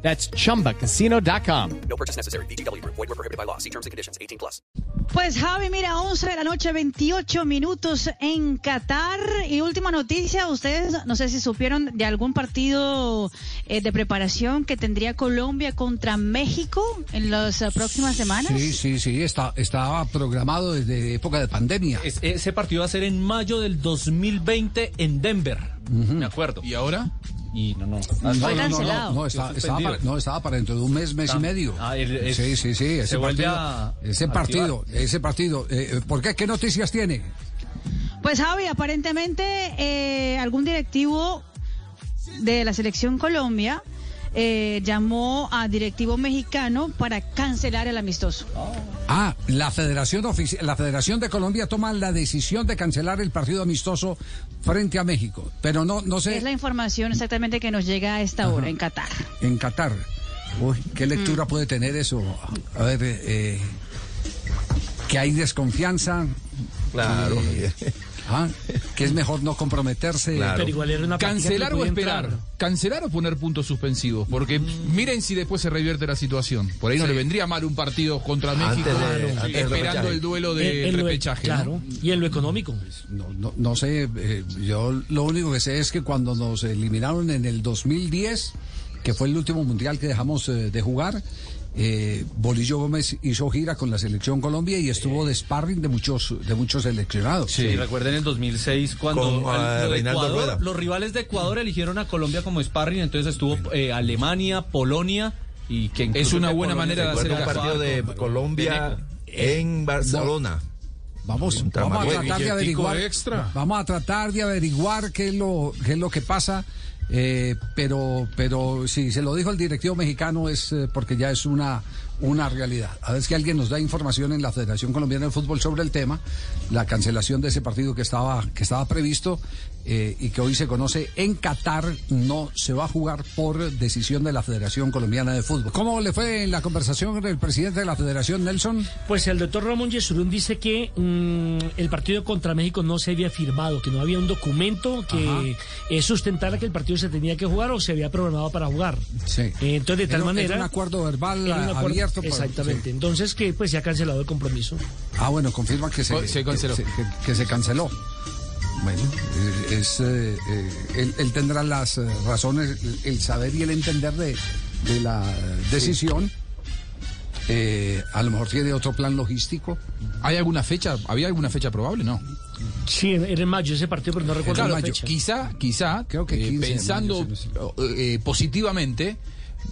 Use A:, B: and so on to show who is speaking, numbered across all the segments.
A: That's chumbacasino.com.
B: No purchase necessary. BGW. Void were prohibited by law. See terms and conditions. 18 plus.
C: Pues Javi, mira, 11 de la noche, 28 minutos en Qatar. Y última noticia, ustedes no sé si supieron de algún partido eh, de preparación que tendría Colombia contra México en las eh, próximas semanas.
D: Sí, sí, sí, está, estaba programado desde época de pandemia.
E: Es- ese partido va a ser en mayo del 2020 en Denver. Me acuerdo. ¿Y ahora? Y no, no.
D: No,
E: Ah,
C: Fue
D: no, no,
C: cancelado.
D: no, no, está- estaba,
E: Fue suspendido.
D: para, no, estaba para dentro de un mes, mes y medio.
E: ah, el- es-
D: sí, sí, sí, ese
E: se vuelve
D: partido,
E: a
D: ese partido, ese partido. Eh, ¿Por qué? ¿Qué noticias tiene?
C: Pues Javi, aparentemente eh, algún directivo de la selección Colombia eh, llamó a directivo mexicano para cancelar el amistoso.
D: Ah, la Federación, Ofici- la Federación de Colombia toma la decisión de cancelar el partido amistoso frente a México, pero no, no
C: Es la
D: sé,
C: información exactamente que nos llega a esta hora en Qatar.
D: en Qatar. Uy, ¿qué lectura puede tener eso? A ver, eh, eh, que hay desconfianza.
F: Claro.
D: ¿ah? Que es mejor no comprometerse.
F: Claro.
G: Cancelar o esperar. Cancelar o poner puntos suspensivos. Porque miren si después se revierte la situación. Por ahí no le vendría mal un partido contra
F: Antes
G: México
F: de-
G: eh,
F: antes del
G: esperando
F: repechaje.
G: el duelo de
H: Eh, En- en lo-
G: repechaje. ¿no?
H: Claro, y en lo económico.
D: No, no, no sé, eh, yo lo único que sé es que cuando nos eliminaron en el 2010, que fue el último mundial que dejamos eh, de jugar, eh, Bolillo Gómez hizo gira con la selección Colombia y estuvo de sparring de muchos, de muchos seleccionados.
E: Sí, recuerden el 2006 cuando
F: Con,
E: al-
F: ah,
E: lo de
F: Reinaldo
E: Ecuador,
F: Rueda.
E: los rivales de Ecuador eligieron a Colombia como sparring, entonces estuvo eh, Alemania, Polonia y que incluso
G: una
E: que
G: buena
E: Polonia
G: manera de
E: se
G: hacer
F: Recuerdo
E: fue
F: un
G: el
E: a cuarto.
F: partido de Colombia en Barcelona.
D: Vamos,
F: Contra
D: vamos a
F: Marruecos.
D: tratar de
G: Billetico
D: averiguar.
G: extra.
D: Vamos a tratar de averiguar qué es lo, qué es lo que pasa. eh, pero, pero si se lo dijo el directivo mexicano es eh, porque ya es una, una realidad. A ver si alguien nos da información en la Federación Colombiana de Fútbol sobre el tema, la cancelación de ese partido que estaba, que estaba previsto eh, y que hoy se conoce en Qatar, no se va a jugar por decisión de la Federación Colombiana de Fútbol. ¿Cómo le fue en la conversación con el presidente de la Federación, Nelson?
H: Pues el doctor Ramón Yesurún dice que mm, el partido contra México no se había firmado, que no había un documento que eh, sustentara que el partido se tenía que jugar o se había programado para jugar.
D: Sí.
H: Eh, entonces, de
D: Era-
H: tal
D: era
H: manera...
D: un acuerdo verbal
H: era un acuerdo-
D: abierto por-
H: exactamente.
D: sí.
H: Entonces, que pues se ha cancelado el compromiso.
D: Ah, bueno, confirma que se,
G: Co- se canceló.
D: Que, que- que se canceló. Bueno, eh, es, eh, eh, él, él tendrá las eh, razones, el- el saber y el entender de, de la decisión. Eh, a lo mejor tiene otro plan logístico.
G: ¿Hay alguna fecha? ¿Había alguna fecha probable? No.
H: Sí, era en mayo ese partido, pero no recuerdo
G: Claro,
H: la fecha.
G: quizá, quizá,
D: Creo que
G: eh,
D: 15 de mayo,
G: pensando
D: sí,
G: eh, positivamente,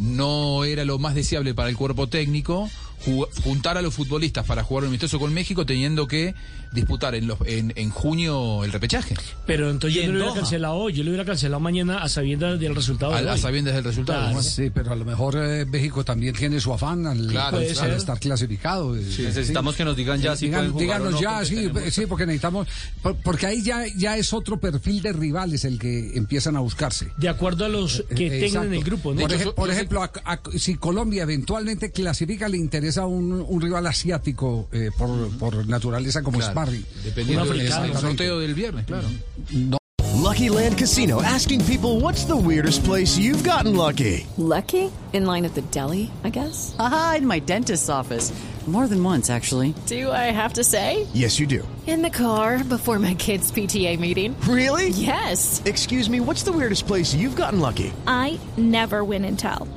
G: no era lo más deseable para el cuerpo técnico ju- juntar a los futbolistas para jugar un amistoso con México teniendo que disputar en, los, en, en junio el repechaje,
H: Pero entonces
E: Y
H: yo
E: en
H: lo hubiera
E: Doha.
H: cancelado hoy, yo lo hubiera cancelado mañana a sabiendas del resultado.
G: a,
H: de
G: a
H: hoy.
G: sabiendas del resultado.
H: Claro.
G: ¿no?
D: Sí, pero a lo mejor eh, México también tiene su afán al,
G: Claro,
D: al-
H: puede
D: al
H: ser.
D: estar clasificado. eh,
E: Necesitamos que nos digan ya si
D: Digan-
E: pueden jugar
D: díganos
E: o no,
D: ya,
E: porque
D: sí,
G: pues,
D: eh,
E: tenemos-
D: sí, porque necesitamos, por- porque ahí ya, ya es otro perfil de rivales el que empiezan a buscarse.
H: De acuerdo a los que
D: Eh,
H: tengan en el
D: exacto.
H: grupo, ¿no?
D: Por,
G: hecho,
D: ej-
G: so-
D: por
G: yo sé-
D: ejemplo, a- a- si Colombia eventualmente clasifica, le interesa un, un rival asiático eh, por, por naturaleza como
G: Claro.
D: Sparring.
G: Dependiendo
H: Un
G: del
H: africano.
G: del sorteo del viernes, claro.
I: Lucky Land Casino asking people what's the weirdest place you've gotten lucky?
J: Lucky? In line at the deli, I guess? Aha, in my dentist's office. More than once, actually. Do I have to say?
I: Yes, you do.
J: In the car before my kids' PTA meeting.
I: Really?
J: Yes.
I: Excuse me, what's the weirdest place you've gotten lucky?
K: I never win and tell.